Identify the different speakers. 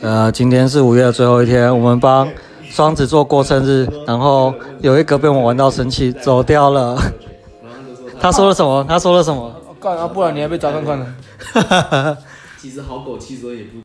Speaker 1: 呃，今天是五月的最后一天，我们帮双子座过生日，然后有一个被我们玩到生气，走掉了。他说了什么？他说了什么？
Speaker 2: 干啊，不然你还被砸看看呢。
Speaker 3: 其实好狗汽车也不